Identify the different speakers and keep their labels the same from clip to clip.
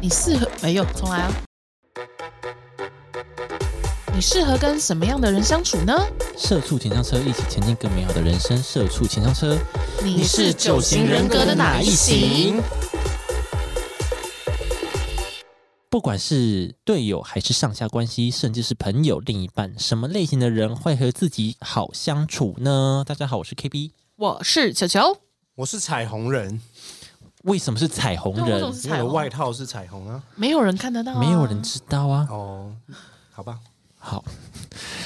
Speaker 1: 你适合没有重来啊？你适合跟什么样的人相处呢？
Speaker 2: 社畜情商车，一起前进更美好的人生。社畜情商车，
Speaker 1: 你是九型人格的哪一型？？
Speaker 2: 不管是队友还是上下关系，甚至是朋友、另一半，什么类型的人会和自己好相处呢？大家好，我是 KB。
Speaker 1: 我是球球，
Speaker 3: 我是彩虹人，
Speaker 2: 为什么是彩虹
Speaker 1: 对我
Speaker 2: 人
Speaker 1: 总？是
Speaker 3: 因为
Speaker 1: 彩
Speaker 3: 我外
Speaker 1: 虹，
Speaker 3: 套是彩虹啊。
Speaker 1: 没有人看得到、
Speaker 2: 没有人。知道啊。
Speaker 3: 哦，好吧，
Speaker 2: 好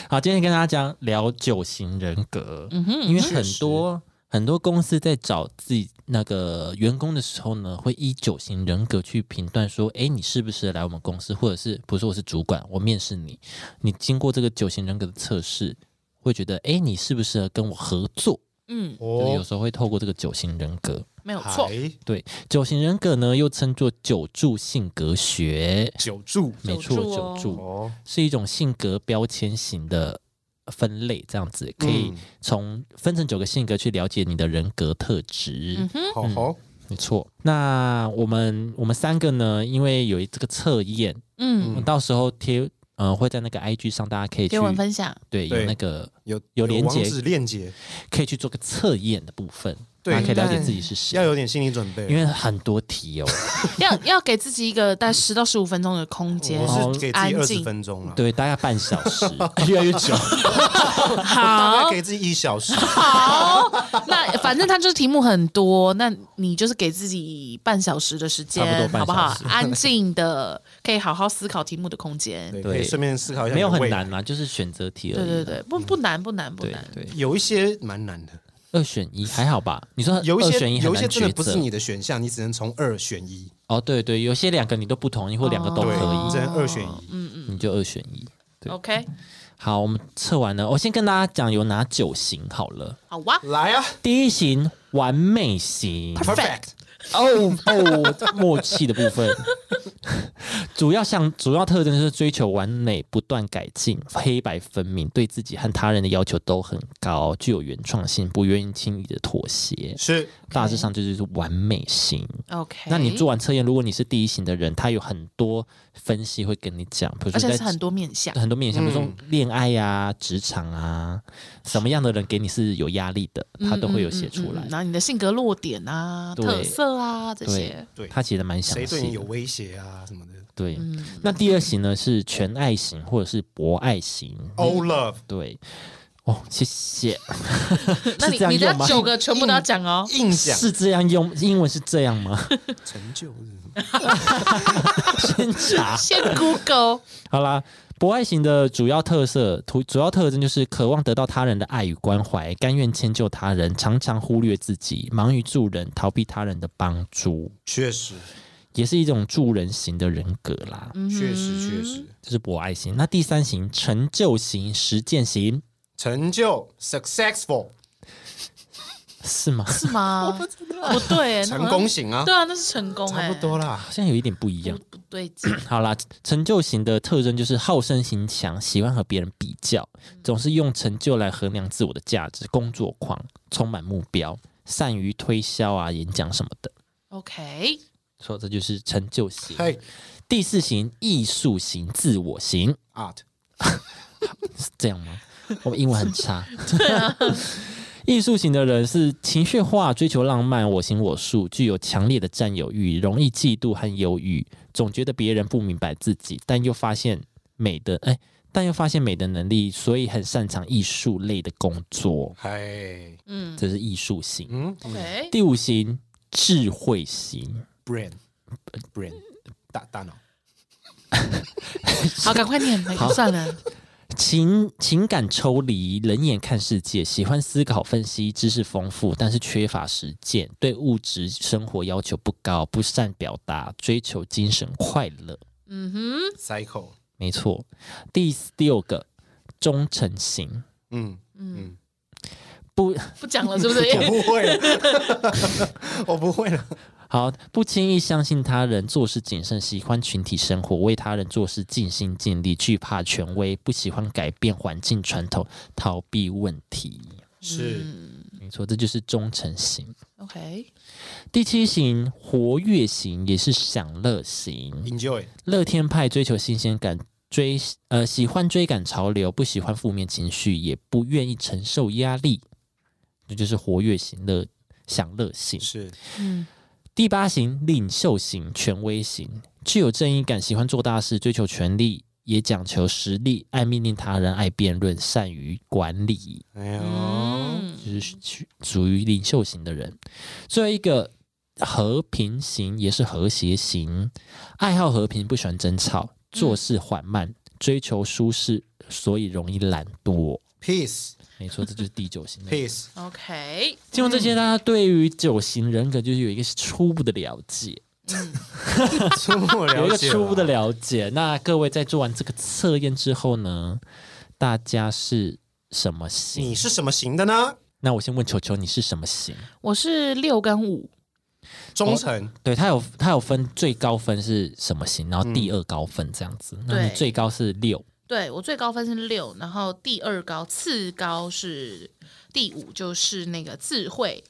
Speaker 2: 好，今天跟大家讲聊九型人格，
Speaker 1: 嗯哼，
Speaker 2: 因为很多很多公司在找自己那个员工的时候呢，会依九型人格去评断说，诶，你适不适合来我们公司，或者是比如说我是主管，我面试你，你经过这个九型人格的测试，会觉得，诶，你适不适合跟我合作？
Speaker 1: 嗯，
Speaker 2: 就是有
Speaker 3: 哦，
Speaker 2: 时候会透过这个九型人格，
Speaker 1: 没有错
Speaker 3: 海。
Speaker 2: 九型人格呢又称作九柱性格学，
Speaker 3: 九柱
Speaker 2: 没
Speaker 1: 九
Speaker 2: 错，
Speaker 1: 柱哦
Speaker 2: 九柱。
Speaker 3: 哦，
Speaker 2: 是一种性格标签型的分类，这样子可以
Speaker 3: 嗯
Speaker 2: 从分成九个性格去了解你的人格特质。
Speaker 1: 嗯哼，
Speaker 3: 好好，
Speaker 2: 没错。那我们我们三个呢，因为有这个测验，
Speaker 1: 嗯，
Speaker 2: 我
Speaker 3: 嗯
Speaker 2: 们到时候贴呃会在那个 IG 上，大家可以去
Speaker 1: 给我们分享。
Speaker 2: 对有
Speaker 3: 对
Speaker 2: 那个
Speaker 3: 有
Speaker 2: 有连
Speaker 3: 网
Speaker 2: 结
Speaker 3: 址链接，
Speaker 2: 可以去做个测验的部分，
Speaker 3: 对
Speaker 2: 大家可以了解
Speaker 3: 但
Speaker 2: 自己是谁
Speaker 3: 要。有点心理准备。
Speaker 2: 因为很多题 哦，
Speaker 1: 要要给自己一个大概十到十五分钟的空间
Speaker 3: 我，是给自己
Speaker 1: 安
Speaker 3: 二
Speaker 1: 静
Speaker 3: 十分钟了，，
Speaker 2: 对，大概半小 时，越来越 久。
Speaker 3: 大
Speaker 1: 好
Speaker 3: 概给自己一小时。
Speaker 1: 好，那反正它就是题目很多，那你就是给自己半小时的时
Speaker 2: 差不多
Speaker 1: 间，
Speaker 2: 半
Speaker 1: 好不好
Speaker 2: 小时？
Speaker 1: 安静的，可以好好思考题目的空间。
Speaker 3: 对，
Speaker 2: 对
Speaker 3: 可以顺便思考一下。
Speaker 2: 没有很，难啦，就是选择题而
Speaker 1: 对对
Speaker 2: 已。
Speaker 1: 对，不不难不难不难。
Speaker 2: 嗯对，
Speaker 3: 有一些蛮难的，
Speaker 2: 二选一还好吧？你说
Speaker 3: 有一
Speaker 2: 二
Speaker 3: 些
Speaker 2: 选一很
Speaker 3: 有一
Speaker 2: 难
Speaker 3: 些真的
Speaker 2: 抉
Speaker 3: 不
Speaker 2: 择
Speaker 3: 是你的选项，你只能从二选一。
Speaker 2: 哦，对对，有些两个你都不同意，或两个都可
Speaker 3: 对，
Speaker 2: 以，
Speaker 1: 嗯
Speaker 3: 你只能二选一。
Speaker 2: 你就二选一。对
Speaker 1: OK，
Speaker 2: 好，我们测完了，我先跟大家讲有哪九型好了。
Speaker 1: 好哇，
Speaker 3: 来啊
Speaker 2: 第一型完美型，
Speaker 3: ，perfect，
Speaker 2: 哦哦，默契的部分， 主要像主要特征就是追求完美，不断改进，黑白分明，对自己和他人的要求都很高，具有原创性，不愿意轻易的妥协。
Speaker 3: 是
Speaker 2: 大致上这就是完美型。
Speaker 1: OK，
Speaker 2: 嗯那你做，完测验，如果你是第一型的人，他有很多分析会跟你讲，比如
Speaker 1: 而
Speaker 2: 说
Speaker 1: 且
Speaker 2: 在
Speaker 1: 是很多面向，
Speaker 2: 很多面向，比如说
Speaker 3: 嗯
Speaker 2: 恋爱呀、职场啊，什么样的人给你是有压力的，他都会有写出
Speaker 1: 嗯嗯
Speaker 2: 来
Speaker 1: 嗯嗯。然后你的性格弱点啊、
Speaker 2: 对
Speaker 1: 特色啊这些，
Speaker 3: 对
Speaker 2: 他写的蛮详
Speaker 3: 嗯谁对
Speaker 2: 细
Speaker 3: 你有
Speaker 2: 的。
Speaker 3: 威胁啊什么的
Speaker 2: 对，那第二型呢是全爱型或者是博爱型。
Speaker 3: ？All Oh, love，
Speaker 2: 对，哦，谢谢。
Speaker 1: 那
Speaker 2: 是
Speaker 1: 你
Speaker 2: 这样
Speaker 1: 你的
Speaker 2: 用吗
Speaker 1: 九个全部都要讲 哦。
Speaker 3: 硬讲
Speaker 2: 是这样用英文是这样吗？
Speaker 3: 成就是什么。
Speaker 2: 真假？
Speaker 1: 先 Google，
Speaker 2: 好啦，博爱型的主要特色图主要特征就是渴望得到他人的爱与关怀，甘愿迁就他人，常常忽略自己，忙于助人，逃避他人的帮助，
Speaker 3: 确实，
Speaker 2: 也是一种助人型的人格啦。
Speaker 3: 确实，确
Speaker 1: 嗯
Speaker 3: 实，
Speaker 2: 这是博爱型。那第三型成就型、实践型
Speaker 3: 成就 successful
Speaker 2: 是吗？
Speaker 1: 是吗？不 对，那好像
Speaker 3: 成功型啊
Speaker 1: 对，啊，那是成功，
Speaker 3: 差不多啦
Speaker 2: 好。像有一点不一
Speaker 1: 哎，
Speaker 2: 样
Speaker 1: 不。不对劲。
Speaker 2: 好啦，成就型的特征就是好胜心强，喜欢和别人比较，总是用成就来衡量自我的价值，工作狂，充满目标，善于推销啊、演讲什么的。
Speaker 1: OK，
Speaker 2: 说这就是成就型。
Speaker 3: 嘿
Speaker 2: 第四型艺术型、自我型，
Speaker 3: ，art
Speaker 2: 是这样吗？我们英文很差。艺术型的人是情绪化、追求浪漫、我行我素，具有强烈的占有欲，容易嫉妒和忧郁，总觉得别人不明白自己，但又发现美的哎，但又发现美的能力，所以很擅长艺术类的工作。
Speaker 3: 嘿，
Speaker 1: 嗯
Speaker 2: 这是艺术型。
Speaker 3: 嗯
Speaker 1: ，OK，
Speaker 2: 第五型智慧型，
Speaker 3: ，brain brain 大大脑
Speaker 1: 好，赶快念，没
Speaker 2: 好
Speaker 1: 算 了。
Speaker 2: 情情感抽离，冷眼看世界，喜欢思考分析，知识丰富，但是缺乏实践，对物质生活要求不高，不善表达，追求精神快乐。
Speaker 1: 嗯哼，
Speaker 3: cycle，
Speaker 2: 没错，第六个忠诚型，
Speaker 3: 嗯，
Speaker 2: 不
Speaker 1: 不讲了，是不是？
Speaker 3: 我不会了，我不会了，
Speaker 2: 好不轻易相信他人，做事谨慎，喜欢群体生活，为他人做事尽心尽力，惧怕权威，不喜欢改变环境传统，逃避问题。
Speaker 3: 是
Speaker 2: 没错，这就是忠诚型。
Speaker 1: OK，
Speaker 2: 第七型活跃型也是享乐型，
Speaker 3: Enjoy，
Speaker 2: 乐天派追求新鲜感，追呃喜欢追赶潮流，不喜欢负面情绪，也不愿意承受压力，这就是活跃型的享乐型。
Speaker 3: 是
Speaker 1: 嗯，
Speaker 2: 第八型领袖型、权威型，具有正义感，喜欢做大事，追求权力，也讲求实力，爱命令他人，爱辩论，善于管理，
Speaker 3: 哎呦，
Speaker 2: 哦
Speaker 1: 嗯
Speaker 2: 就是属于领袖型的人。最后一个和平型也是和谐型，爱好和平，不喜欢争吵，
Speaker 3: 嗯
Speaker 2: 做事缓慢，追求舒适，所以容易懒惰。
Speaker 3: ，peace，peace，
Speaker 2: 没错，这就是第九型的人。
Speaker 1: ，OK，
Speaker 2: 经过这
Speaker 3: 嗯
Speaker 2: 些，大家对于九型人格就是有一个初步的了解。
Speaker 3: 初步了解，啊
Speaker 2: 有一个初步的，了解。那各位在做完这个测验之后呢，大家是什么
Speaker 3: 你
Speaker 2: 型？
Speaker 3: 是什么型的呢？
Speaker 2: 那我先问球球，你是什么型？
Speaker 1: 我是六跟五，
Speaker 3: 忠诚，
Speaker 2: 对他有他有分最高分是什么型，然后第二高分这样子。那你
Speaker 1: 对
Speaker 2: 最高是六，
Speaker 1: 对我最高分是六，然后第二高次高是第五，就是那个智慧。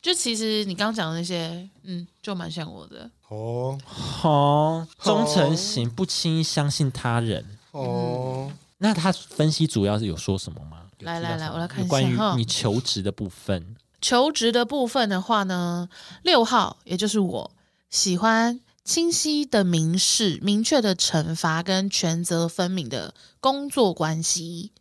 Speaker 1: 就其实你刚刚讲的那些，嗯，就蛮像我的。
Speaker 3: 哦
Speaker 2: 哦，忠诚型，不轻易相信他人。
Speaker 3: 哦，
Speaker 2: 那他分析主要是有说什么吗？有
Speaker 1: 来
Speaker 2: 提到
Speaker 1: 来
Speaker 2: 什
Speaker 1: 来
Speaker 2: 么
Speaker 1: 我来看一
Speaker 2: 有关
Speaker 1: 下
Speaker 2: 于
Speaker 1: 哈
Speaker 2: 你求职的部分。
Speaker 1: 求职的部分的话呢，六号也就是我喜欢清晰的明示、明确的惩罚跟权责分明的工作关系，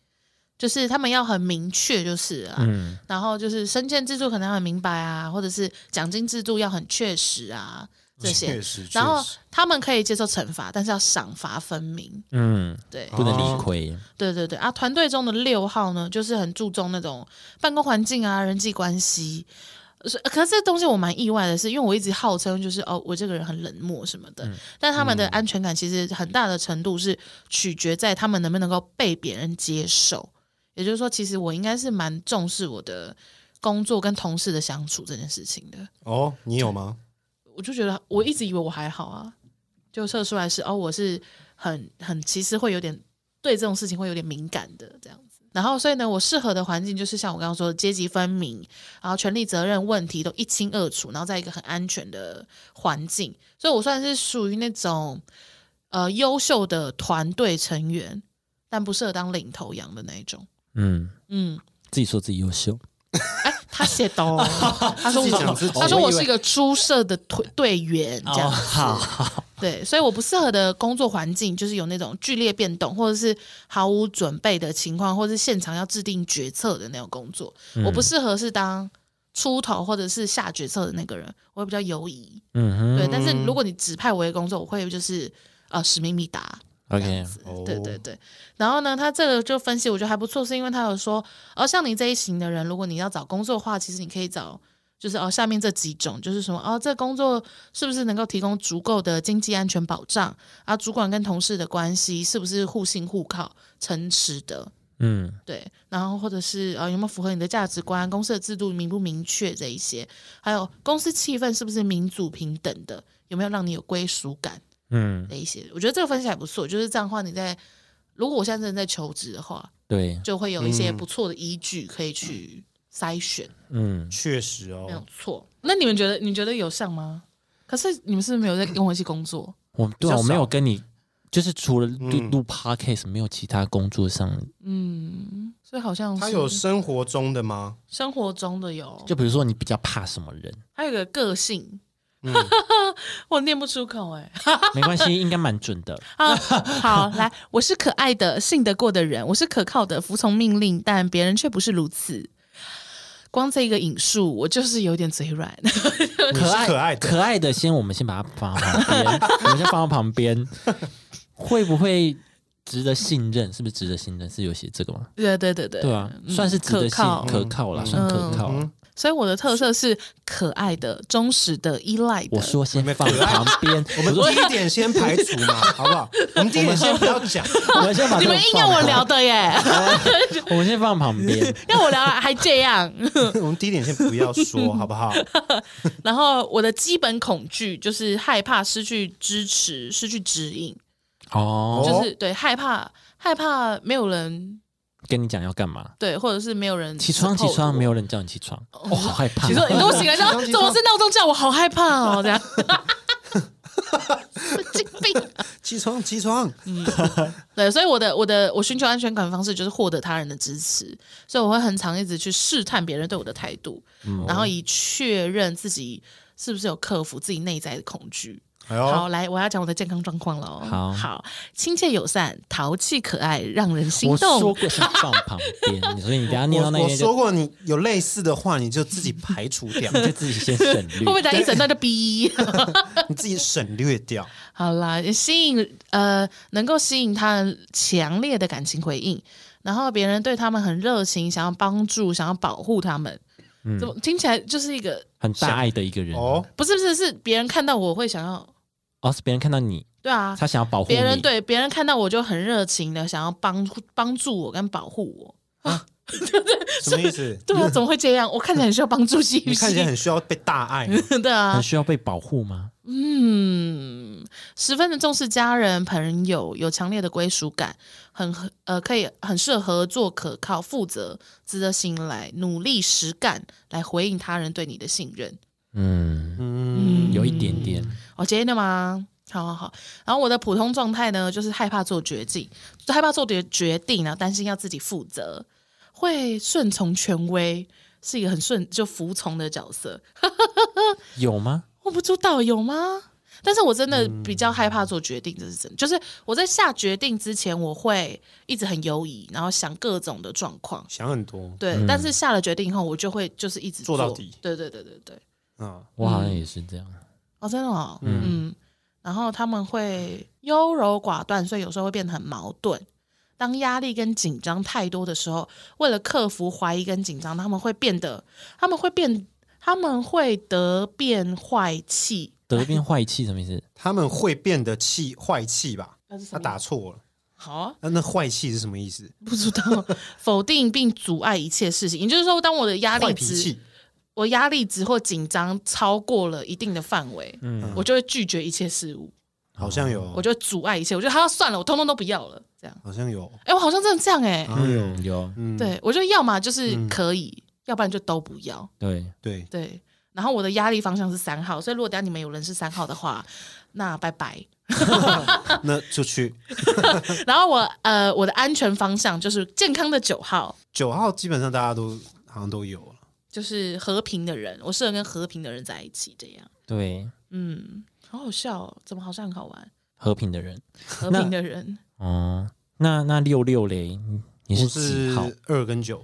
Speaker 1: 就是他们要很明确就是了啦。
Speaker 2: 嗯，
Speaker 1: 然后就是升迁制度可能要很明白啊，或者是奖金制度要很确实啊这些
Speaker 3: 确。实，
Speaker 1: 然后
Speaker 3: 确实
Speaker 1: 他们可以接受惩罚，但是要赏罚分明。
Speaker 2: 嗯，
Speaker 1: 对，
Speaker 2: 不能理亏。
Speaker 1: 对对对啊！团队中的六号呢，就是很注重那种办公环境啊、人际关系。是可是这东西我蛮意外的是，因为我一直号称就是哦，我这个人很冷漠什么的，
Speaker 3: 嗯
Speaker 1: 但他们的安全感其实很大的程度是取决在他们能不能够被别人接受。也就是说，其实我应该是蛮重视我的工作跟同事的相处这件事情的。
Speaker 3: 哦，你有吗？
Speaker 1: 我就觉得我一直以为我还好啊，就测出来是哦，我是很很其实会有点对这种事情会有点敏感的这样子。然后所以呢，我适合的环境就是像我刚刚说的阶级分明，然后权利责任问题都一清二楚，然后在一个很安全的环境，所以我算是属于那种呃优秀的团队成员，但不适合当领头羊的那一种。
Speaker 2: 嗯，
Speaker 1: 嗯，
Speaker 2: 自己说自己优秀。
Speaker 1: 哎， 他写的哦，他说
Speaker 3: 自己讲自
Speaker 1: 我，
Speaker 3: 己
Speaker 1: 他说我是一个出色的队队员，这样
Speaker 2: 哦
Speaker 1: 子
Speaker 2: 好
Speaker 1: 对，所以我不适合的工作环境就是有那种剧烈变动，或者是毫无准备的情况，或者是现场要制定决策的那种工作。我不适合是当出头或者是下决策的那个人，我会比较犹疑。
Speaker 2: 嗯哼
Speaker 1: 对，但是如果你指派我一个工作，我会就是呃使命必达。这
Speaker 2: ，OK，
Speaker 1: 样子
Speaker 3: 哦
Speaker 1: 对对对。然后呢，他这个就分析，我觉得还不错，是因为他有说，哦，像你这一型的人，如果你要找工作的话，其实你可以找。就是哦，下面这几种就是什么哦，这工作是不是能够提供足够的经济安全保障啊？主管跟同事的关系是不是互信互靠、诚实的？
Speaker 2: 嗯。
Speaker 1: 对，然后或者是呃有没有符合你的价值观，公司的制度明不明确这一些，还有公司气氛是不是民主平等的，有没有让你有归属感
Speaker 2: 嗯，
Speaker 1: 这一些，我觉得这个分析还不错。就是这样的话，你在如果我现在正在求职的话，
Speaker 2: 对，
Speaker 1: 就会有一
Speaker 3: 嗯
Speaker 1: 些不错的依据可以去筛选，
Speaker 2: 嗯，
Speaker 3: 确实
Speaker 1: 没有
Speaker 3: 哦，
Speaker 1: 错。那你们觉得你觉得有像吗？可是你们是不是没有在跟我一起工作？
Speaker 2: 我对啊、
Speaker 3: 较
Speaker 2: 我没有
Speaker 3: 少
Speaker 2: 跟你，就是除了录
Speaker 3: 嗯
Speaker 2: 录 podcast，没有其他工作上，
Speaker 1: 嗯，所以好像
Speaker 3: 他
Speaker 1: 是
Speaker 3: 有生活中 的吗？
Speaker 1: 生活中的有，
Speaker 2: 就比如说你比较怕什 么人，
Speaker 1: 还有一个个性，
Speaker 3: 嗯
Speaker 1: 我念不出口哎、
Speaker 2: 没关系，应该蛮准的。
Speaker 1: 啊，好， 来，我是可爱的、信得过的人，我是可靠的，服从命令，但别人却不是如此。光这一个引述，我就是有点嘴软。
Speaker 3: 你是可爱的，
Speaker 2: 可爱的，先我们先把它放到旁 边，我们先放到旁边，会不会值得信任？是不是值得信任？是有写这个吗？
Speaker 1: 对对对对，
Speaker 2: 对啊，
Speaker 1: 嗯
Speaker 2: 算是值得
Speaker 1: 可
Speaker 2: 信
Speaker 1: 靠。
Speaker 2: 可靠啦，算可靠啦。
Speaker 1: 所以我的特色是可爱的、忠实的、依赖的。
Speaker 2: 我说先
Speaker 3: 们
Speaker 2: 放
Speaker 3: 可爱
Speaker 2: 旁 边，
Speaker 3: 我
Speaker 2: 我
Speaker 3: 们
Speaker 2: 说
Speaker 3: 第一点先排除嘛，好不好？我们第一点先不要 讲，
Speaker 2: 我们先把
Speaker 1: 你
Speaker 2: 这个
Speaker 1: 们硬要
Speaker 2: 放
Speaker 1: 我
Speaker 2: 旁
Speaker 1: 聊的耶，
Speaker 2: 我们先放旁 边。
Speaker 1: 要我聊还这样。
Speaker 3: 我们第一点先不要说，好不好？
Speaker 1: 然后我的基本恐惧就是害怕失去支持、失去指引，
Speaker 2: 哦，
Speaker 1: 就是对害怕害怕没有人
Speaker 2: 跟你讲要干嘛，
Speaker 1: 对，或者是没有人
Speaker 2: 起床起床，没
Speaker 1: 有。
Speaker 2: 有人叫你起床，我好害怕啊
Speaker 1: 你。说你说我醒来之后，
Speaker 3: 起床起
Speaker 1: 怎
Speaker 3: 床
Speaker 1: 么是闹钟叫我？好害怕哦，这样。神经病。
Speaker 3: 起床起床，
Speaker 1: 对，所以我的我的我寻求安全感的方式就是获得他人的支持，所以我会很常一直去试探别人对我的态度，
Speaker 2: 嗯
Speaker 1: 然
Speaker 2: 哦
Speaker 1: 后以确认自己是不是有克服自己内在的恐惧。
Speaker 3: 哎
Speaker 1: 好，
Speaker 3: 呦，
Speaker 1: 来，我要讲我的健康状况了哦。
Speaker 2: 好
Speaker 1: 亲切友善、淘气可爱，让人心
Speaker 2: 我说
Speaker 1: 动。
Speaker 2: 过是放旁边， 你所以你等一下念到
Speaker 3: 我
Speaker 2: 那
Speaker 3: 我
Speaker 2: 边
Speaker 3: 说
Speaker 2: 就
Speaker 3: 过你有类似的话，你就自己排除 掉，
Speaker 2: 就自己先省
Speaker 1: 会不会
Speaker 2: 略。
Speaker 1: 讲一整段就逼？
Speaker 3: 你自己省略掉。
Speaker 1: 好啦，吸引呃，能够吸引他人强烈的感情回应，然后别人对他们很热情，想要帮助，想要保护他们。
Speaker 2: 嗯
Speaker 1: 怎么听起来就是一个
Speaker 2: 很大爱的一个人
Speaker 3: 哦
Speaker 2: 哦，，
Speaker 1: 不是不是是别人看到我会想要
Speaker 2: 哦是别人看到你，
Speaker 1: 对啊，
Speaker 2: 他想要保护你，
Speaker 1: 别人对别人看到我就很热情的想要帮帮助我跟保护我。
Speaker 3: 什么意 思？
Speaker 1: 对啊，怎么会这样？我看起来很需要帮 助，是不
Speaker 3: 你看起来
Speaker 1: 是？
Speaker 3: 很需要被大爱吗，嗯
Speaker 1: 对啊
Speaker 2: 很，需要被保护吗？
Speaker 1: 嗯，十分的重视家人、朋友，有强烈的归属感，很合呃，可以很适合合作、可靠、负责、值得信赖、努力、实干来回应他人对你的信任。
Speaker 2: 嗯，
Speaker 3: 嗯，
Speaker 2: 有一点点，
Speaker 1: 哦，真的吗？好好好。然后我的普通状态呢，就是害怕做决定，就害怕做决决定，然后担心要自己负责，会顺从权威，是一个很顺就服从的角色。
Speaker 2: 有吗？
Speaker 1: 我不知道有吗？但是我真的
Speaker 3: 嗯
Speaker 1: 比较害怕做决定，这是真的。就是我在下决定之前，我会一直很犹疑，然后想各种的状况。
Speaker 3: 想很多，
Speaker 1: 对，但是下了决定以后，我就会就是一直
Speaker 3: 嗯做到底
Speaker 1: 对对对对对。
Speaker 3: 嗯，
Speaker 2: 我好像也是这样。
Speaker 1: 哦，真的哦，嗯然后他们会优柔寡断，所以有时候会变得很矛盾。当压力跟紧张太多的时候，为了克服怀疑跟紧张，他们会变得，他们会变，他们会得变坏气。
Speaker 2: 得病坏气什么意思？
Speaker 3: 他们会变得气坏气吧？
Speaker 1: 那是什
Speaker 3: 他
Speaker 1: 么意思
Speaker 3: 打错了，
Speaker 1: 好啊，
Speaker 3: 那那坏气是什么意思？
Speaker 1: 不知道 否定并阻碍一切事情，也就是说，当我的压
Speaker 3: 坏
Speaker 1: 力
Speaker 3: 脾
Speaker 1: 值、
Speaker 3: 气，
Speaker 1: 我压力值或紧张超过了一定的范围，
Speaker 2: 嗯
Speaker 1: 我就会拒绝一切事物，
Speaker 3: 好像有，
Speaker 1: 我就阻碍一切，我觉得他要算了，我通通都不要了，这样。
Speaker 3: 好像有，
Speaker 1: 哎、我好像真的这样哎、
Speaker 3: 好像有，
Speaker 2: 嗯，有
Speaker 3: 嗯，
Speaker 1: 对我就要嘛就是可以，要不然就都不要，
Speaker 2: 对，
Speaker 3: 对，
Speaker 1: 对。然后我的压力方向是三号，所以如果等下你们有人是三号的话，那拜拜。
Speaker 3: 那就去
Speaker 1: 然后我呃我的安全方向就是健康的九号，
Speaker 3: 九号，基本上大家都好像都有了。
Speaker 1: 就是和平的人，我适合跟和平的人在一起这样。
Speaker 2: 对，
Speaker 1: 嗯，好好笑、哦，怎么好像很好玩？
Speaker 2: 和平的人。
Speaker 1: 和平的人，
Speaker 2: 哦，那那六六嘞，你你
Speaker 3: 我
Speaker 2: 是呃几
Speaker 3: 是
Speaker 2: 号？
Speaker 3: 二跟九，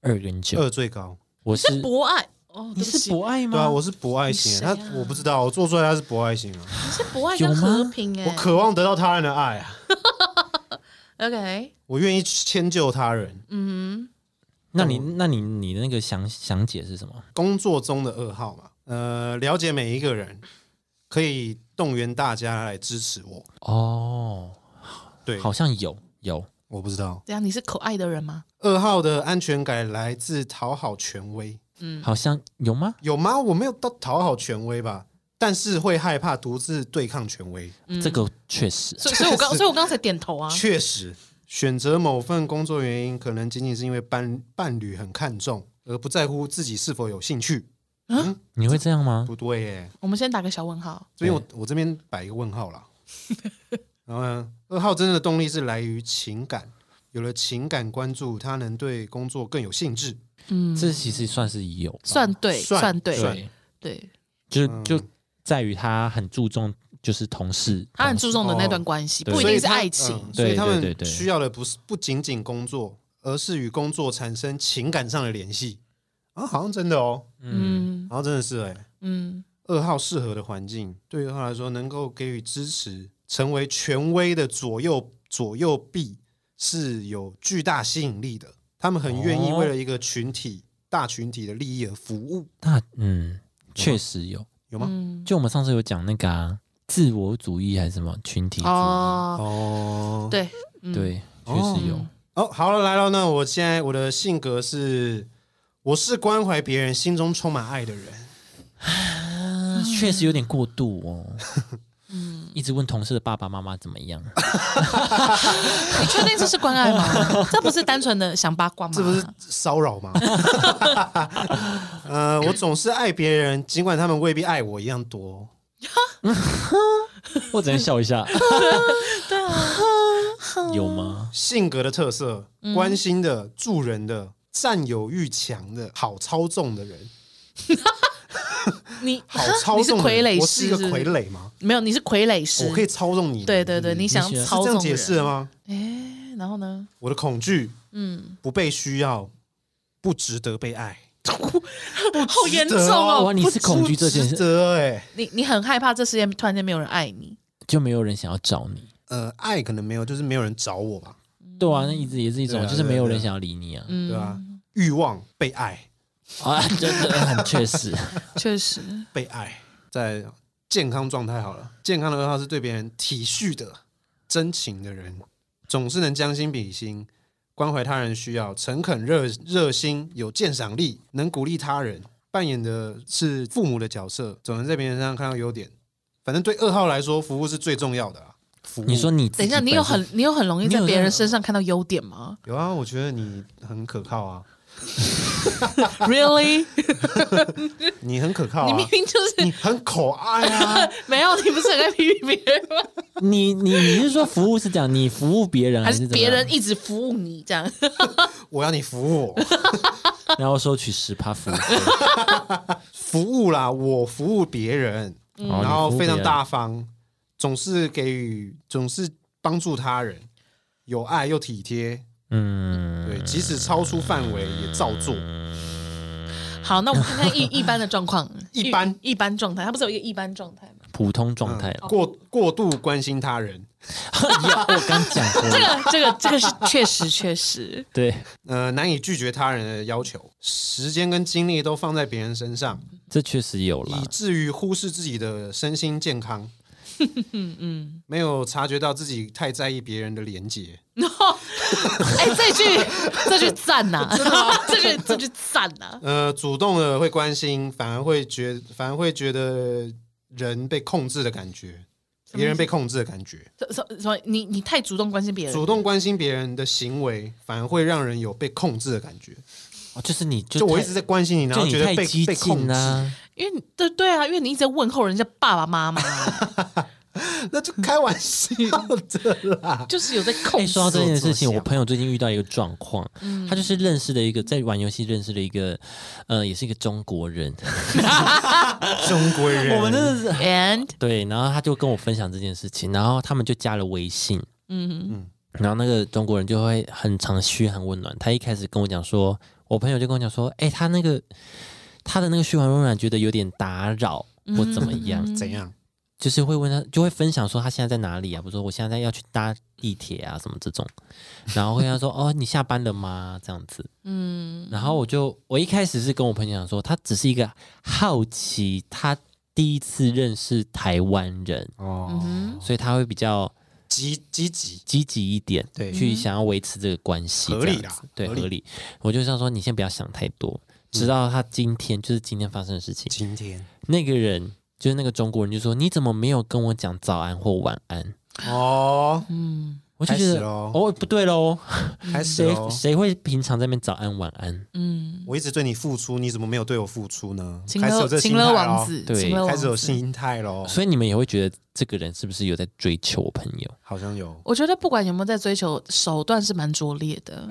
Speaker 2: 二跟九，
Speaker 3: 二最高。
Speaker 2: 我是
Speaker 1: 博爱哦，
Speaker 2: 你
Speaker 1: 对不
Speaker 2: 是
Speaker 1: 起
Speaker 2: 博爱吗？
Speaker 3: 对啊，我是博爱
Speaker 1: 你
Speaker 3: 型，
Speaker 1: 谁啊
Speaker 3: 他我不知道，我做出来他是博爱型啊。
Speaker 1: 你是博爱
Speaker 2: 有
Speaker 1: 跟
Speaker 2: 吗
Speaker 1: 和平哎、
Speaker 3: 我渴望得到他人的爱啊，
Speaker 1: OK，
Speaker 3: 我愿意迁就他人。
Speaker 1: 嗯
Speaker 2: 那你那你你的那个详详解是什么？
Speaker 3: 工作中的二号嘛，呃，了解每一个人，可以动员大家来支持我。
Speaker 2: 哦，
Speaker 3: 对，
Speaker 2: 好像有有，
Speaker 3: 我不知道
Speaker 1: 哼，。这样你是可爱的人吗？
Speaker 3: 二号的安全感来自讨好权威，
Speaker 1: 嗯，
Speaker 2: 好像有吗？
Speaker 3: 有吗？我没有到讨好权威吧，但是会害怕独自对抗权威。
Speaker 1: 嗯
Speaker 2: 这个确实
Speaker 1: 所以所以我 刚，所以我刚才点头啊，
Speaker 3: 确实，选择某份工作原因，可能仅仅是因为伴伴侣很看重，而不在乎自己是否有兴趣。
Speaker 2: 你会这样吗？
Speaker 3: 不对耶，
Speaker 1: 我们先打个小问号。
Speaker 3: 所以我我这边摆一个问号啦。 然后呢，二号真正的动力是来于情感，有了情感关注，他能对工作更有兴致。
Speaker 1: 嗯，
Speaker 2: 这其实算是有吧，
Speaker 1: 算对，
Speaker 3: 啊算
Speaker 1: 算对，
Speaker 3: 算
Speaker 1: 对，
Speaker 2: 就
Speaker 3: 嗯
Speaker 2: 就在于他很注重就是同事，
Speaker 1: 他很
Speaker 2: 同事
Speaker 1: 注重的那段
Speaker 3: 哦
Speaker 1: 关系，
Speaker 2: 对
Speaker 1: 不一
Speaker 3: 所以
Speaker 1: 定是
Speaker 3: 他
Speaker 1: 爱情。
Speaker 3: 嗯所以
Speaker 2: 对
Speaker 3: 他
Speaker 2: 对对
Speaker 3: 们
Speaker 2: 对
Speaker 3: 需要的不是不仅仅工作，而是与工作产生情感上的联系。啊，好像真的哦，
Speaker 1: 嗯
Speaker 3: 好像真的是哎、
Speaker 1: 嗯，
Speaker 3: 二号适合的环境，对二号来说能够给予支持，成为权威的左右左右臂是有巨大吸引力的。他们很愿意
Speaker 2: 哦
Speaker 3: 为了一个群体、大群体的利益而服务，
Speaker 2: 那嗯，确实有。
Speaker 3: 有吗？
Speaker 1: 嗯
Speaker 2: 就我们上次有讲那个啊，自我主义还是什么群体主义，
Speaker 1: 哦，
Speaker 3: 哦，
Speaker 1: 对，嗯，
Speaker 2: 对，确
Speaker 3: 哦
Speaker 2: 实有。
Speaker 3: 哦，好了，来了，那我现在我的性格是，我是关怀别人、心中充满爱的人。
Speaker 1: 嗯
Speaker 2: 确实有点过度哦。一直问同事的爸爸妈妈怎么样，
Speaker 1: 你确定这是关爱 吗？这不是单纯的想八卦吗？
Speaker 3: 这不是骚扰吗？呃，我总是爱别人，尽管他们未必爱我一样多。
Speaker 2: 我只能笑 一下。对啊，有吗？
Speaker 3: 性格的特色，
Speaker 1: 嗯
Speaker 3: 关心的、助人的、占有欲强的、好操纵的人，
Speaker 1: 你
Speaker 3: 好操
Speaker 1: 啊你是
Speaker 3: 纵的
Speaker 1: 傀
Speaker 3: 人。
Speaker 1: 儡
Speaker 3: 我是
Speaker 1: 师
Speaker 3: 一
Speaker 1: 是
Speaker 3: 个
Speaker 1: 不是，
Speaker 3: 傀儡吗？
Speaker 1: 没有，你是傀儡师
Speaker 3: 我。可以操纵你。
Speaker 1: 对对对，你想
Speaker 2: 你是
Speaker 3: 是
Speaker 1: 操
Speaker 3: 这
Speaker 1: 纵
Speaker 3: 样解释
Speaker 1: 人
Speaker 3: 的吗？
Speaker 1: 哎然后呢？
Speaker 3: 我的恐惧，
Speaker 1: 嗯，
Speaker 3: 不被需要，不值得被爱。
Speaker 1: 好严重
Speaker 2: 哇，
Speaker 3: 啊
Speaker 1: 哦！
Speaker 2: 你是恐惧这件
Speaker 3: 不值
Speaker 2: 事，
Speaker 3: 得哎，
Speaker 1: 你你很害怕这世界突然间没有人爱你，
Speaker 2: 就没有人想要找你。
Speaker 3: 呃，爱可能没有，就是没有人找我吧，
Speaker 2: 对啊，那一直也是一种，
Speaker 3: 对啊
Speaker 2: 就是没有
Speaker 3: 对啊对
Speaker 2: 人
Speaker 3: 啊
Speaker 2: 想要理你啊。
Speaker 1: 嗯，
Speaker 3: 对吧？欲望被爱，
Speaker 2: 啊， 真的很确实。
Speaker 1: 嗯确实，
Speaker 3: 被爱，在健康状态好了，健康的二号是对别人体恤的、真情的人，总是能将心比心，关怀他人需要，诚恳热热心，有鉴赏力，能鼓励他人，扮演的是父母的角色，总能在别人身上看到优点。反正对二号来说，服务是最重要的啊。服务
Speaker 2: 你说你
Speaker 1: 等一下，你有很你有很容易
Speaker 2: 你
Speaker 1: 在
Speaker 2: 有
Speaker 1: 别
Speaker 2: 那
Speaker 1: 人
Speaker 2: 种
Speaker 1: 身上看到优点 吗
Speaker 3: 有啊，我觉得你很可靠啊，
Speaker 1: ？Really？
Speaker 3: 你很可靠
Speaker 1: 你
Speaker 3: 啊
Speaker 1: 明，明就是
Speaker 3: 你很可爱啊。
Speaker 1: 没有，你不是很爱批评别人 吗？
Speaker 2: 你你你是说服务是这样，你服务别人
Speaker 1: 还
Speaker 2: 是
Speaker 1: 是
Speaker 2: 怎么
Speaker 1: 别
Speaker 2: 样
Speaker 1: 人，一直服务你这 样？
Speaker 3: 我要你服务我，
Speaker 2: 然后收取十趴服务费，
Speaker 3: 服务啦，我服务别人，
Speaker 2: 哦
Speaker 3: 然后
Speaker 2: 你服务
Speaker 3: 非常
Speaker 2: 别人
Speaker 3: 大方，总是给予，总是帮助他人，有爱又体贴，
Speaker 2: 嗯，
Speaker 3: 对，即使超出范围也照做。
Speaker 1: 好，那我们看看一一般的状况，
Speaker 3: 一般
Speaker 1: 一般状态，他不是有一个一般状态 吗？
Speaker 2: 普通状态了。
Speaker 3: 过过度关心他人，
Speaker 2: 呀我刚讲过
Speaker 1: 这
Speaker 2: 了，
Speaker 3: 啊
Speaker 1: 个这个这个是确实确 实，
Speaker 2: 对，
Speaker 3: 呃，难以拒绝他人的要求，时间跟精力都放在别人身上，
Speaker 2: 这确实有啦
Speaker 3: 以。至于忽视自己的身心健康，
Speaker 1: 嗯嗯，
Speaker 3: 没有察觉到自己太在意别人的连结。
Speaker 1: 哎、这句这句赞呐、 这句这句赞呐、
Speaker 3: 呃，主动的会关心，反而会觉，反而会觉得人被控制的感觉，
Speaker 1: 什么意思
Speaker 3: 别人被控制的感觉。
Speaker 1: 什什什么？你你太主动关心别人，
Speaker 3: 主动关心别人的行为，反而会让人有被控制的感觉。
Speaker 2: 哦就是你就
Speaker 3: 就我
Speaker 2: 太
Speaker 3: 一直在关心你，然
Speaker 2: 就
Speaker 3: 后
Speaker 2: 你
Speaker 3: 觉得
Speaker 2: 太
Speaker 3: 被
Speaker 2: 激
Speaker 3: 被控
Speaker 2: 进
Speaker 3: 制，
Speaker 2: 啊，
Speaker 1: 因为你对对啊，因为你一直在问候人家爸爸妈妈，啊
Speaker 3: 那就开玩笑 的啦。
Speaker 1: 就是有在控
Speaker 2: 哎，
Speaker 1: 制。
Speaker 2: 说到这件事情，
Speaker 3: 我
Speaker 2: 我
Speaker 3: 想
Speaker 2: 朋友最近遇到一个状况，他就是认识的一个在玩游戏认识的一个，呃，也是一个中国人。
Speaker 3: 中国人，
Speaker 2: 我们真的是
Speaker 1: And
Speaker 2: 对，然后他就跟我分享这件事情，然后他们就加了微信，
Speaker 1: 嗯
Speaker 2: 然后那个中国人就会很常嘘寒问暖。他一开始跟我讲说，我朋友就跟我讲说，哎，他那个他的那个嘘寒问暖觉得有点打扰或怎么样，
Speaker 3: 怎样？
Speaker 2: 就是会问他，就会分享说他现在在哪里啊？比如说我现在要去搭地铁啊，什么这种，然后会跟他说哦，你下班了吗？这样子，
Speaker 1: 嗯，
Speaker 2: 然后我就我一开始是跟我朋友讲说，他只是一个好奇，他第一次认识台湾人，
Speaker 1: 嗯
Speaker 3: 哦，
Speaker 2: 所以他会比较
Speaker 3: 积积极，
Speaker 2: 积极一点，
Speaker 3: 对
Speaker 1: 嗯
Speaker 2: 去想要维持这个关系，
Speaker 3: 合理
Speaker 2: 这
Speaker 3: 啦
Speaker 2: 样子对，
Speaker 3: 合
Speaker 2: 合
Speaker 3: 理嗯
Speaker 2: 理。我就想说，你先不要想太多，直到他今天，就是今天发生的事情，
Speaker 3: 今天
Speaker 2: 那个人就是那个中国人，就说你怎么没有跟我讲早安或晚安？
Speaker 3: 哦，
Speaker 1: 嗯
Speaker 2: 我就
Speaker 3: 开
Speaker 2: 觉
Speaker 3: 始
Speaker 2: 得
Speaker 3: 咯
Speaker 2: 哦，不对喽，
Speaker 3: 开始
Speaker 2: 谁
Speaker 3: 哦。
Speaker 2: 谁会平常在那边早安晚安？
Speaker 1: 嗯，
Speaker 3: 我一直对你付出，你怎么没有对我付出呢？
Speaker 1: 情
Speaker 3: 开始有
Speaker 1: 勒
Speaker 3: 这
Speaker 1: 情
Speaker 3: 心态
Speaker 1: 勒
Speaker 3: 了
Speaker 1: 王，子，
Speaker 2: 对
Speaker 1: 情勒
Speaker 3: 开始有
Speaker 1: 王子。
Speaker 3: 心态喽，
Speaker 2: 所以你们也会觉得这个人是不是有在追求我朋友？
Speaker 3: 好像有。
Speaker 1: 我觉得不管有没有在追求，手段是蛮拙劣 的。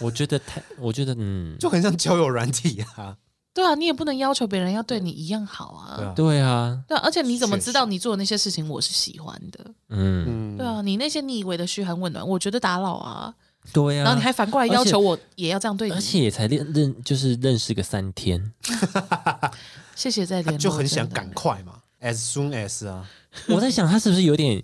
Speaker 2: 我觉得太，我觉得嗯，
Speaker 3: 就很像交友软体啊，
Speaker 1: 对啊，你也不能要求别人要对你一样好啊。
Speaker 3: 对啊
Speaker 2: 对啊，
Speaker 1: 对啊而且你怎么
Speaker 3: 确实
Speaker 1: 知道你做的那些事情我是喜欢的？
Speaker 2: 嗯，
Speaker 3: 嗯
Speaker 1: 对，啊，你那些你以为的嘘寒问暖，我觉得打扰啊。
Speaker 2: 对
Speaker 3: 嗯
Speaker 2: 啊。
Speaker 1: 然后你还反过来要求我也要这样对你，
Speaker 2: 而且也才认认就是认识个三天，
Speaker 1: 谢谢再联
Speaker 3: 他
Speaker 1: 络，
Speaker 3: 就很想
Speaker 1: 真的
Speaker 3: 赶快嘛，as soon as 啊，
Speaker 2: 我在想他是不是有点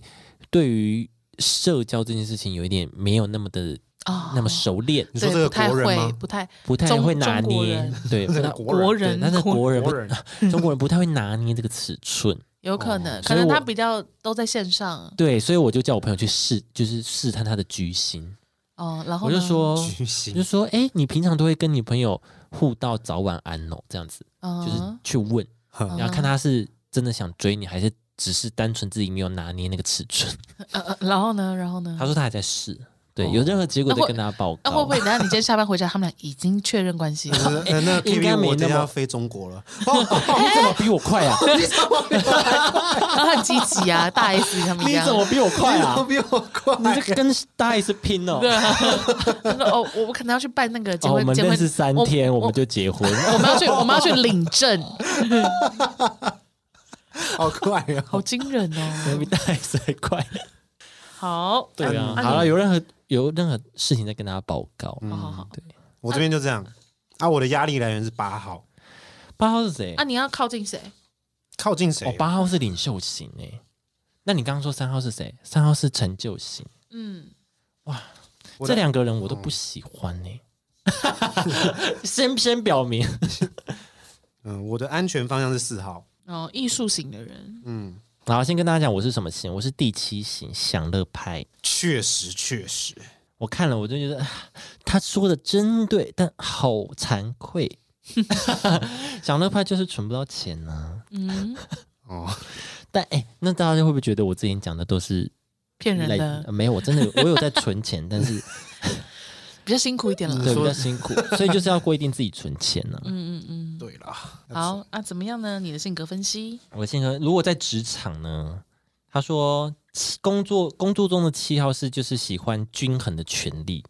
Speaker 2: 对于社交这件事情有一点没有那么的
Speaker 1: 啊，
Speaker 2: 那么熟练，
Speaker 3: 你说
Speaker 1: 对
Speaker 3: 这个
Speaker 1: 不太
Speaker 3: 国人
Speaker 1: 会，
Speaker 3: 吗？
Speaker 1: 不太
Speaker 2: 不太
Speaker 1: 中
Speaker 2: 会拿
Speaker 1: 中国
Speaker 2: 捏
Speaker 1: 人，
Speaker 2: 对，不 太
Speaker 3: 国
Speaker 1: 国
Speaker 2: 对，
Speaker 1: 人
Speaker 2: 但是国人
Speaker 3: 国
Speaker 2: 不
Speaker 3: 人，
Speaker 2: 中国人不太会拿捏这个尺寸，
Speaker 1: 有可
Speaker 3: 哦
Speaker 1: 能，可
Speaker 2: 所以
Speaker 1: 能
Speaker 2: 我
Speaker 1: 他比较都在线上
Speaker 2: 对，所以我就叫我朋友去试，就是试探他的居心，
Speaker 1: 哦，然后
Speaker 2: 我就
Speaker 1: 呢
Speaker 2: 说，
Speaker 3: 巨
Speaker 2: 我 就
Speaker 3: 星
Speaker 2: 说，哎，你平常都会跟你朋友互道早晚安哦，这样子，就是
Speaker 1: 嗯
Speaker 2: 去问，
Speaker 3: 哼
Speaker 2: 然后看他是真的想追你，还是只是单纯自己没有拿捏那个尺寸。
Speaker 1: 呃呃，然后呢，然后呢
Speaker 2: 他？说他还在试，对，有任何结果再跟大家报告。
Speaker 1: 那会不会等下你今天下班回家，他们俩已经确认关系 了？
Speaker 3: 呃呃那
Speaker 2: 应该
Speaker 3: Kimi
Speaker 2: 没
Speaker 3: 我等
Speaker 2: 那
Speaker 3: 下
Speaker 2: 么
Speaker 3: 要飞中国了，哦，
Speaker 2: 你 怎么比我快啊？
Speaker 1: 然后很积极啊，大 S 他们一
Speaker 2: 你
Speaker 1: 样
Speaker 2: 怎。么比我快
Speaker 3: 你怎么
Speaker 2: 啊？
Speaker 3: 比我快，
Speaker 2: 你这跟大 S 拼哦！
Speaker 1: 对啊， 他说哦，我我可能要去办那个结
Speaker 2: 哦，我
Speaker 1: 婚，
Speaker 2: 们
Speaker 1: 结婚
Speaker 2: 认识三天，我们就结婚。
Speaker 1: 我们要去我们要去领证，
Speaker 3: 好快啊呀！
Speaker 2: 啊
Speaker 1: 好惊人
Speaker 2: 我 们比
Speaker 1: 哦！
Speaker 2: 大 S 还 快。
Speaker 1: 好，
Speaker 2: 对啊，
Speaker 1: 嗯
Speaker 2: 好了，有任何有任何事情再跟大家报告。
Speaker 1: 好好好，
Speaker 2: 对，
Speaker 3: 我这边就这样啊，我的压力来源是八号，
Speaker 2: 八号是谁
Speaker 1: 啊，？你要靠近谁？
Speaker 3: 靠近谁
Speaker 2: 哦，？八号是领袖型诶。那你刚刚说三号是谁？三号是成就型。
Speaker 1: 嗯，
Speaker 3: 我的
Speaker 2: 这两个人我都不喜欢呢、 先先表明，
Speaker 3: 嗯，我的安全方向是四号，
Speaker 1: 哦，艺术型的人，
Speaker 3: 嗯，
Speaker 2: 然后先跟大家讲我是什么型，我是第七型享乐派。
Speaker 3: 确实确实，
Speaker 2: 我看了，我就觉得啊他说的真对，但好惭愧。 享乐派就是存不到钱呢、
Speaker 1: 嗯，
Speaker 3: 哦，
Speaker 2: 但哎、那大家会不会觉得我之前讲的都是
Speaker 1: 骗人
Speaker 2: 来
Speaker 1: 的，
Speaker 2: 没有，我真的有我有在存钱，但 是
Speaker 1: 比较辛苦一点了。
Speaker 2: 嗯对比较辛苦，所以就是要规定自己存钱啊呢、
Speaker 1: 嗯嗯
Speaker 3: 对啦，
Speaker 1: 嗯，好啊，怎么样呢？你的性格分析，
Speaker 2: 我先说，如果在职场呢，他说七工作工作中的七号是就是喜欢均衡的权利，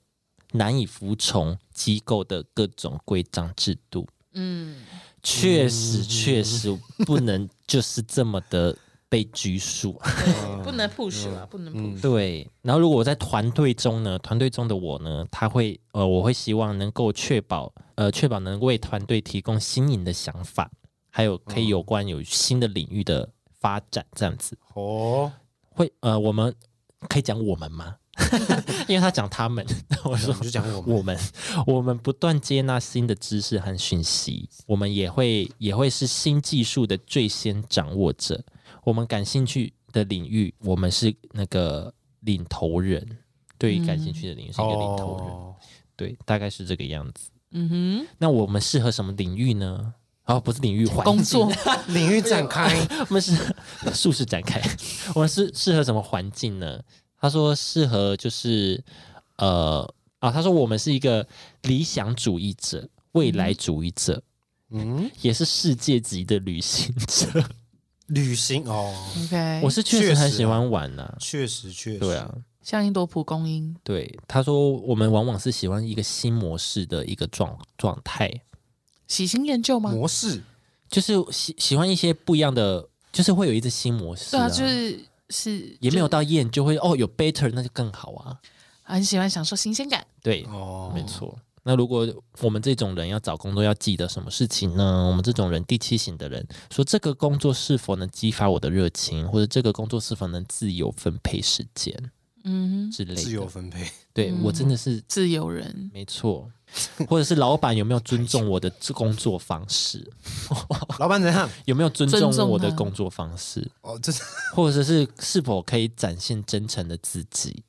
Speaker 2: 难以服从机构的各种规章制度。
Speaker 1: 嗯，
Speaker 2: 确实，确实不能就是这么的被拘束。啊
Speaker 1: 对，不能 push 了，不能
Speaker 3: 嗯
Speaker 2: 嗯
Speaker 1: push，
Speaker 2: 对，然后如果我在团队中呢，团队中的我呢，他会呃，我会希望能够确保呃，确保能为团队提供新颖的想法，还有可以有关有新的领域的发展这样子。
Speaker 3: 哦，
Speaker 2: 会呃，我们可以讲我们吗？ 因为他讲他们， 那我
Speaker 3: 我
Speaker 2: 说
Speaker 3: 们就讲 我们，
Speaker 2: 我们，我们不断接纳新的知识和讯息，我们也会也会是新技术的最先掌握者。我们感兴趣的领域，我们是那个领头人。对于感兴趣的领域是一个领头人，
Speaker 3: 嗯哦，
Speaker 2: 对，大概是这个样子。
Speaker 1: 嗯
Speaker 2: 那我们适合什么领域呢？哦，不是领域，环
Speaker 1: 哼，工
Speaker 2: 境
Speaker 1: 作，
Speaker 3: 领域展开，
Speaker 2: 我们是术士展开，我们是适合什么环境呢？他说适合就是呃啊，他说我们是一个理想主义者、未来主义者，
Speaker 3: 嗯，
Speaker 2: 也是世界级的旅行者。
Speaker 3: 旅行哦，
Speaker 1: OK，
Speaker 2: 我是确实
Speaker 3: 确实
Speaker 2: 很喜欢玩呐、
Speaker 3: 确实确实，
Speaker 2: 对啊，，
Speaker 1: 像一朵蒲公英，
Speaker 2: 对。他说我们往往是喜欢一个新模式的一个状状态，
Speaker 1: 喜新厌旧吗？
Speaker 3: 模式
Speaker 2: 就是喜喜欢一些不一样的，就是会有一只新模式、
Speaker 1: 对啊，就是是
Speaker 2: 也没有
Speaker 1: 就
Speaker 2: 到厌，就会哦有 better 那就更好啊，
Speaker 1: 很喜欢享受新鲜感，
Speaker 2: 对。
Speaker 3: 哦，
Speaker 2: 没错。那如果我们这种人要找工作，要记得什么事情呢？我们这种人，第七型的人，说这个工作是否能激发我的热情，或者这个工作是否能自由分配时间
Speaker 1: 嗯哼，
Speaker 2: 之类的。
Speaker 3: 自由分配，
Speaker 2: 对、
Speaker 1: 嗯
Speaker 2: 我真的是
Speaker 1: 自由人，
Speaker 2: 没错，或者是老板有没有尊重我的这工作方式，
Speaker 3: 老板怎样？
Speaker 2: 有没有尊
Speaker 1: 尊重
Speaker 2: 重我的
Speaker 1: 他
Speaker 2: 工作方式，
Speaker 3: 哦，这是
Speaker 2: 或者是是否可以展现真诚的自己？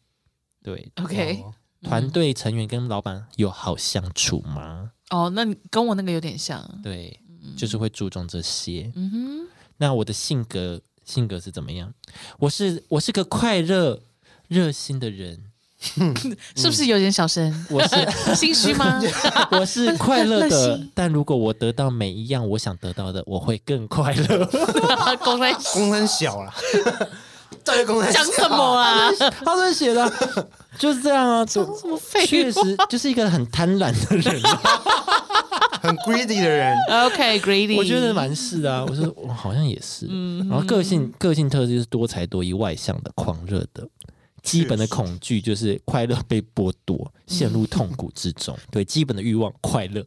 Speaker 2: 对，
Speaker 1: OK，
Speaker 3: 哦
Speaker 2: 团队成员跟老板有好相处吗？
Speaker 1: 哦，那你跟我那个有点像，
Speaker 2: 对，就是会注重这些。
Speaker 1: 嗯
Speaker 2: 那我的性格性格是怎么样？我是我是个快乐热心的人，
Speaker 1: 哼，
Speaker 2: 嗯
Speaker 1: 是不是有点小声？
Speaker 2: 我 是
Speaker 1: 心虚 吗？
Speaker 2: 我是快乐
Speaker 1: 热
Speaker 2: 的
Speaker 1: 心，
Speaker 2: 但如果我得到每一样我想得到的，我会更快乐。
Speaker 1: 公开
Speaker 3: 公山小啦， 到底公山
Speaker 1: 讲什么 啊？
Speaker 2: 他这写的就是这样 啊，
Speaker 1: 什么废话
Speaker 2: 确实就是一个很贪婪的人啊、
Speaker 3: 很 greedy 的人，
Speaker 1: OK，greedy，
Speaker 2: 我觉得蛮是 的啊。我说我好像也是，
Speaker 1: 嗯
Speaker 2: 然后个性个性特质就是多才多艺、外向的、狂热的。基本的恐惧就是快乐被剥夺，陷入痛苦之中。对，基本的欲望快乐，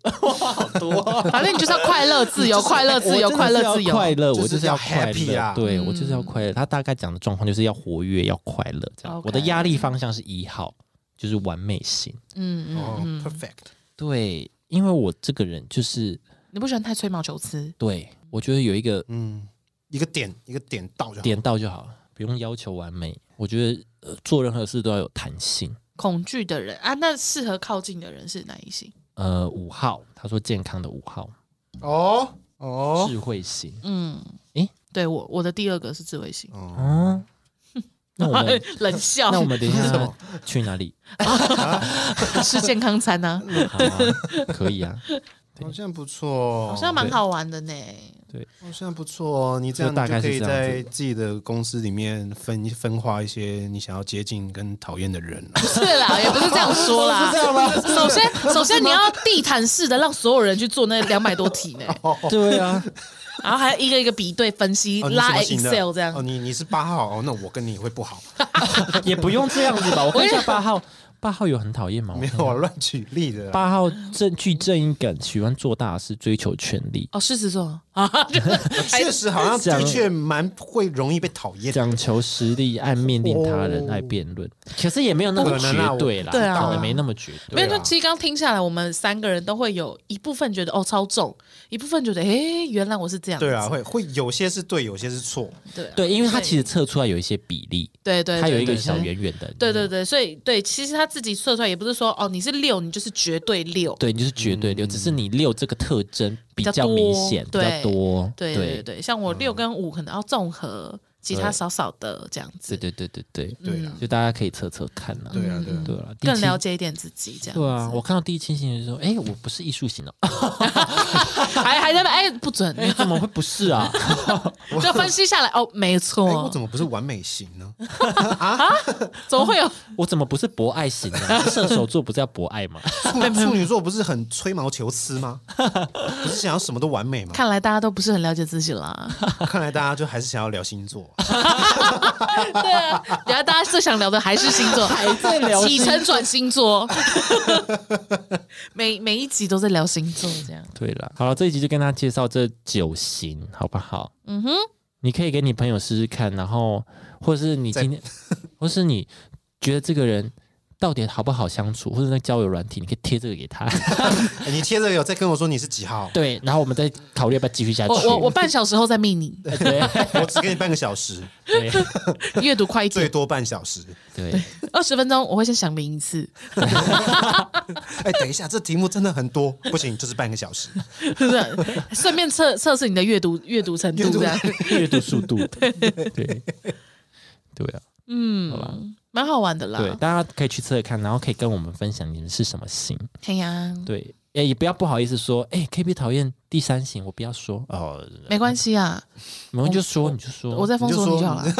Speaker 1: 反正你就是要快乐、自由、快乐、 自由、
Speaker 2: 我
Speaker 1: 快
Speaker 2: 真
Speaker 1: 乐、
Speaker 2: 的是要
Speaker 1: 自由。嗯
Speaker 2: 快乐，
Speaker 3: 就是
Speaker 2: 我就是要
Speaker 3: 要
Speaker 2: 快
Speaker 3: happy
Speaker 2: 乐
Speaker 3: 啊，
Speaker 2: 对我就是要快乐。他大概讲的状况就是要活跃，要快乐这样。
Speaker 1: OK
Speaker 2: 我的压力方向是一号，就是完美型。
Speaker 1: 嗯嗯，
Speaker 3: 哦，perfect，
Speaker 2: 对，因为我这个人就是
Speaker 1: 你不喜欢太吹毛求疵，
Speaker 2: 对我觉得有一个
Speaker 3: 嗯，一个点一个点到就好，
Speaker 2: 点到就好了，不用要求完美。我觉得、呃、做任何事都要有弹性。
Speaker 1: 恐惧的人啊，那适合靠近的人是哪一型？
Speaker 2: 呃，五号，他说健康的五号，
Speaker 3: 哦哦，
Speaker 2: 智慧型。
Speaker 1: 嗯，
Speaker 2: 诶，
Speaker 1: 对我我的第二个是自卫型，
Speaker 3: 哦，
Speaker 2: 哦， 那我们
Speaker 1: 冷笑
Speaker 2: 那我们等一
Speaker 3: 是什
Speaker 2: 下
Speaker 3: 么
Speaker 2: 去哪 里？
Speaker 1: 吃健康餐 呢、
Speaker 2: 好啊，可以啊，对
Speaker 3: 好像不错哦，
Speaker 1: 好像蛮好玩的呢。
Speaker 3: 好像不错哦。你这样
Speaker 2: 就大
Speaker 3: 你
Speaker 2: 概
Speaker 3: 就是可以
Speaker 2: 这样子
Speaker 3: 在自己的公司里面分分化一些你想要接近跟讨厌的人 啊了。
Speaker 1: 不是啦，也不是这样说 啦。
Speaker 2: 哦
Speaker 1: 首先，首先你要地毯式的让所有人去做那两百多题呢，
Speaker 2: 对啊，
Speaker 1: 然后还一个一个比对分析，
Speaker 3: 哦你什
Speaker 1: 拉
Speaker 3: 么型的
Speaker 1: Excel 这样。
Speaker 3: 哦，你你是八号哦，那我跟你会不好，
Speaker 2: 也不用这样子吧。我看一下八号，八号有很讨厌 吗？
Speaker 3: 没有啊，乱举例的啦。
Speaker 2: 八号正具正义感，喜欢做大事，追求权力，
Speaker 1: 哦，狮子座啊，
Speaker 3: 确实好像
Speaker 2: 讲
Speaker 3: 的确蛮会容易被讨厌。
Speaker 2: 讲求实力，爱命令他人，爱辩论。哦可是也没有那么
Speaker 3: 不可能啊
Speaker 2: 绝对啦，
Speaker 1: 我对啊
Speaker 2: 可能没那么绝对。
Speaker 1: 没有。
Speaker 3: 对
Speaker 1: 就
Speaker 3: 啊
Speaker 1: 其实刚听下来，我们三个人都会有一部分觉得哦超重，一部分觉得诶，原来我是这样子。
Speaker 3: 对啊，会会有些是对，有些是错。
Speaker 1: 对啊
Speaker 2: 对，因为他
Speaker 1: 对
Speaker 2: 其实测出来有一些比例，
Speaker 1: 对对，
Speaker 2: 它有
Speaker 1: 对
Speaker 2: 一个
Speaker 1: 对
Speaker 2: 小
Speaker 1: 对
Speaker 2: 圆圆的。
Speaker 1: 对对对，所以对，其实他自己测出来也不是说哦，你是六，你就是绝对六。
Speaker 2: 对，你就是绝对
Speaker 3: 嗯
Speaker 2: 六，只是你六这个特征
Speaker 1: 比
Speaker 2: 比
Speaker 1: 较
Speaker 2: 较
Speaker 1: 多
Speaker 2: 明显，比
Speaker 1: 对
Speaker 2: 较多。
Speaker 1: 对对对对，像
Speaker 3: 嗯
Speaker 1: 我六跟五可能要综合，其他少少的这样子
Speaker 2: 对，对对对对，
Speaker 3: 对啊，
Speaker 2: 就大家可以测测看啦。
Speaker 3: 对啊，对啊。
Speaker 2: 对啊，第
Speaker 1: 嗯更
Speaker 2: 七
Speaker 1: 了解一点自己这样。
Speaker 2: 对啊，我看到第一情形的时候，哎，我不是艺术 型哦，啊
Speaker 1: 还还在那边哎不 准，
Speaker 2: 哎，怎么会不是啊？
Speaker 1: 就分析下来哦，没
Speaker 3: 哎，我
Speaker 1: 错，
Speaker 3: 怎么不是完美型 呢？
Speaker 1: 怎么会有？
Speaker 2: 我怎么不是博爱型呢？ 射手座不是要博爱吗？
Speaker 3: 处处女座不是很吹毛求 疵吗？不是想要什么都完美吗？
Speaker 1: 看来大家都不是很了解自己啦。
Speaker 3: 看来大家就还是想要聊星座。
Speaker 1: 对啊，然后大家最想聊的还是星座，还在
Speaker 2: 聊
Speaker 1: 起承转星座， 每每一集都在聊星座这样。
Speaker 2: 对了，好了，这一集就跟大家介绍这九型，好不好？嗯哼，你可以给你朋友试试看，然后或是你今天， 或是你觉得这个人到底好不好相处，或者那交友软体，你可以贴这个给他，
Speaker 3: 哎你贴着有再跟我说你是几 号？
Speaker 2: 对，然后我们再考虑要不要继续下去。
Speaker 1: 我我我半小时后再密你，
Speaker 2: 对
Speaker 3: 我只给你半个小时，
Speaker 2: 对
Speaker 1: 阅读快一
Speaker 3: 最
Speaker 1: 点，
Speaker 3: 多半小时。
Speaker 2: 对，
Speaker 1: 二十分钟我会先想明一次。
Speaker 3: 哎，等一下，这题目真的很多，不行，就是半个 小时。
Speaker 1: 是不是？顺便测测试你的阅读阅读程度，这样
Speaker 2: 阅读速度， 对对啊，好吧
Speaker 1: 嗯，蛮好玩的
Speaker 2: 对，啊
Speaker 1: 啦。
Speaker 2: 大家可以去测测看，然后可以跟我们分享你们是什么型。
Speaker 1: 哎呀，
Speaker 2: 对，哎，也不要不好意思说，哎，K B 讨厌第三型，我不要说哦，
Speaker 1: 没关系啊，
Speaker 2: 我们就说哦你就说，
Speaker 1: 我再封锁你就好了。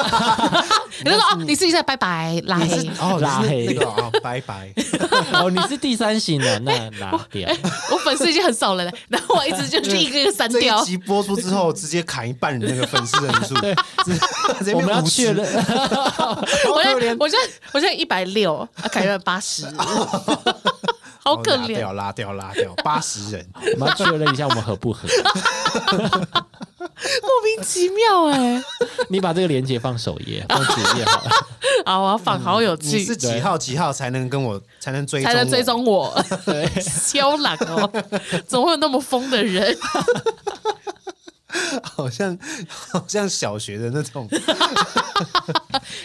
Speaker 1: 你就说哦，你自己在拜拜拉
Speaker 3: 你
Speaker 1: 黑
Speaker 3: 是。 哦，
Speaker 2: 拉
Speaker 3: 你是
Speaker 2: 黑
Speaker 3: 那个啊，拜拜。
Speaker 2: 哦，你是第三型的，那拿掉。
Speaker 1: 我粉丝已经很少了嘞，然后我一直就是一个一个删
Speaker 3: 这
Speaker 1: 掉
Speaker 3: 一。集播出之后，直接砍一半人那个粉丝人 数。对，
Speaker 2: 我们要确认，
Speaker 1: 我现在我现在我现在一百六，啊，改了八 十，好可
Speaker 3: 哦拉
Speaker 1: 怜。
Speaker 3: 掉，拉掉，拉掉，八十人。
Speaker 2: 我们要确认一下我们合不合。
Speaker 1: 莫名其妙哎、
Speaker 2: 你把这个链接放首页，放主页好了。
Speaker 1: 啊，我要仿好有
Speaker 3: 嗯你
Speaker 1: 趣
Speaker 3: 是，几号几号才能跟我才能追踪
Speaker 1: 才
Speaker 3: 我
Speaker 1: 能追？踪我。 肖懒哦，怎么会有那么疯的人？
Speaker 3: 好像好像小学的那 种，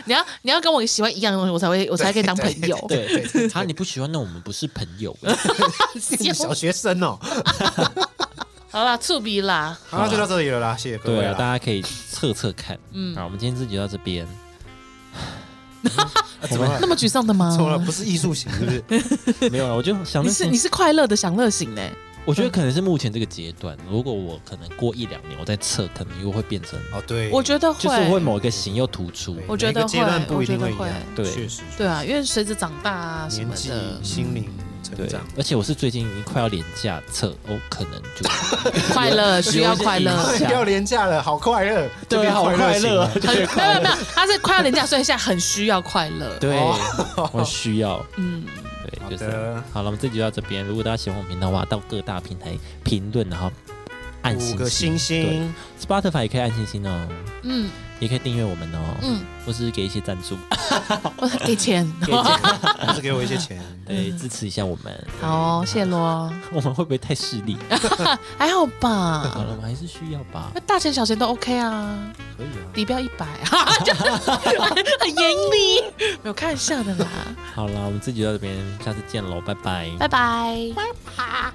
Speaker 1: 你要你要跟我喜欢一样的东西，我才会我才可以当朋友。
Speaker 2: 对，好，你不喜欢，那我们不是朋友。
Speaker 3: 小学生哦。
Speaker 1: 好啦，触鼻啦，
Speaker 3: 好，那就到这里了啦，谢谢各
Speaker 2: 对
Speaker 3: 位
Speaker 2: 啊，大
Speaker 3: 啦。
Speaker 2: 家可以测测看。嗯，好，我们今天这集就到这边。
Speaker 3: 啊怎么了
Speaker 1: 那？么沮丧的吗？
Speaker 3: 怎么了？不是艺术型，是不 是？
Speaker 2: 没有了，我就想
Speaker 1: 你
Speaker 2: 的
Speaker 1: 是你是快乐的享乐型呢？
Speaker 2: 我觉得可能是目前这个阶段，如果我可能过一两年我再测，可能又会变成，
Speaker 3: 哦，对，
Speaker 1: 我觉得会，
Speaker 2: 就是会某一个型又突出
Speaker 3: 对。
Speaker 1: 我觉得
Speaker 3: 每个阶段
Speaker 1: 会
Speaker 3: 不一定会一
Speaker 1: 我觉
Speaker 3: 样
Speaker 1: 得会，
Speaker 2: 对
Speaker 3: 确实，
Speaker 1: 对啊，因为随着长大啊什
Speaker 3: 年
Speaker 1: 么
Speaker 3: 纪、
Speaker 1: 的，
Speaker 3: 心灵
Speaker 2: 对
Speaker 3: 成长，，
Speaker 2: 而且我是最近已经快要廉价测，哦，可能就
Speaker 1: 快 乐需要快乐。
Speaker 2: 有一些
Speaker 3: 要廉价了，好快乐，这
Speaker 2: 啊
Speaker 3: 边型了。
Speaker 1: 很没有没有没有，他是快要廉价，所以现在很需要快乐。
Speaker 2: 对
Speaker 3: 哦，
Speaker 2: 我需要。
Speaker 1: 嗯，
Speaker 2: 对，
Speaker 3: 好
Speaker 2: 就是
Speaker 3: 的
Speaker 2: 好了，我们这集就到这边。如果大家喜欢我们频道的话，到各大平台评论，然后按
Speaker 3: 五
Speaker 2: 星
Speaker 3: 个星星，
Speaker 2: s p o t i f y 也可以按星星哦，
Speaker 1: 嗯
Speaker 2: 也可以订阅我们哦，
Speaker 1: 嗯，
Speaker 2: 或是给一些赞助，
Speaker 1: 我给 钱。
Speaker 2: 给一些
Speaker 3: 还是给我一些钱。
Speaker 2: 对支持一下我们。
Speaker 1: 好哦，谢罗，
Speaker 2: 我们会不会太势利？
Speaker 1: 还好
Speaker 2: 好
Speaker 1: 吧？
Speaker 2: 了，我们还是需要吧
Speaker 1: 那。大钱小钱都 OK 啊，
Speaker 3: 可以啊，
Speaker 1: 底标一百， 哈哈就很严厉， 没有开玩笑的啦，
Speaker 2: 好了，我们这集就到这边，下次见喽，拜拜。
Speaker 1: 拜拜。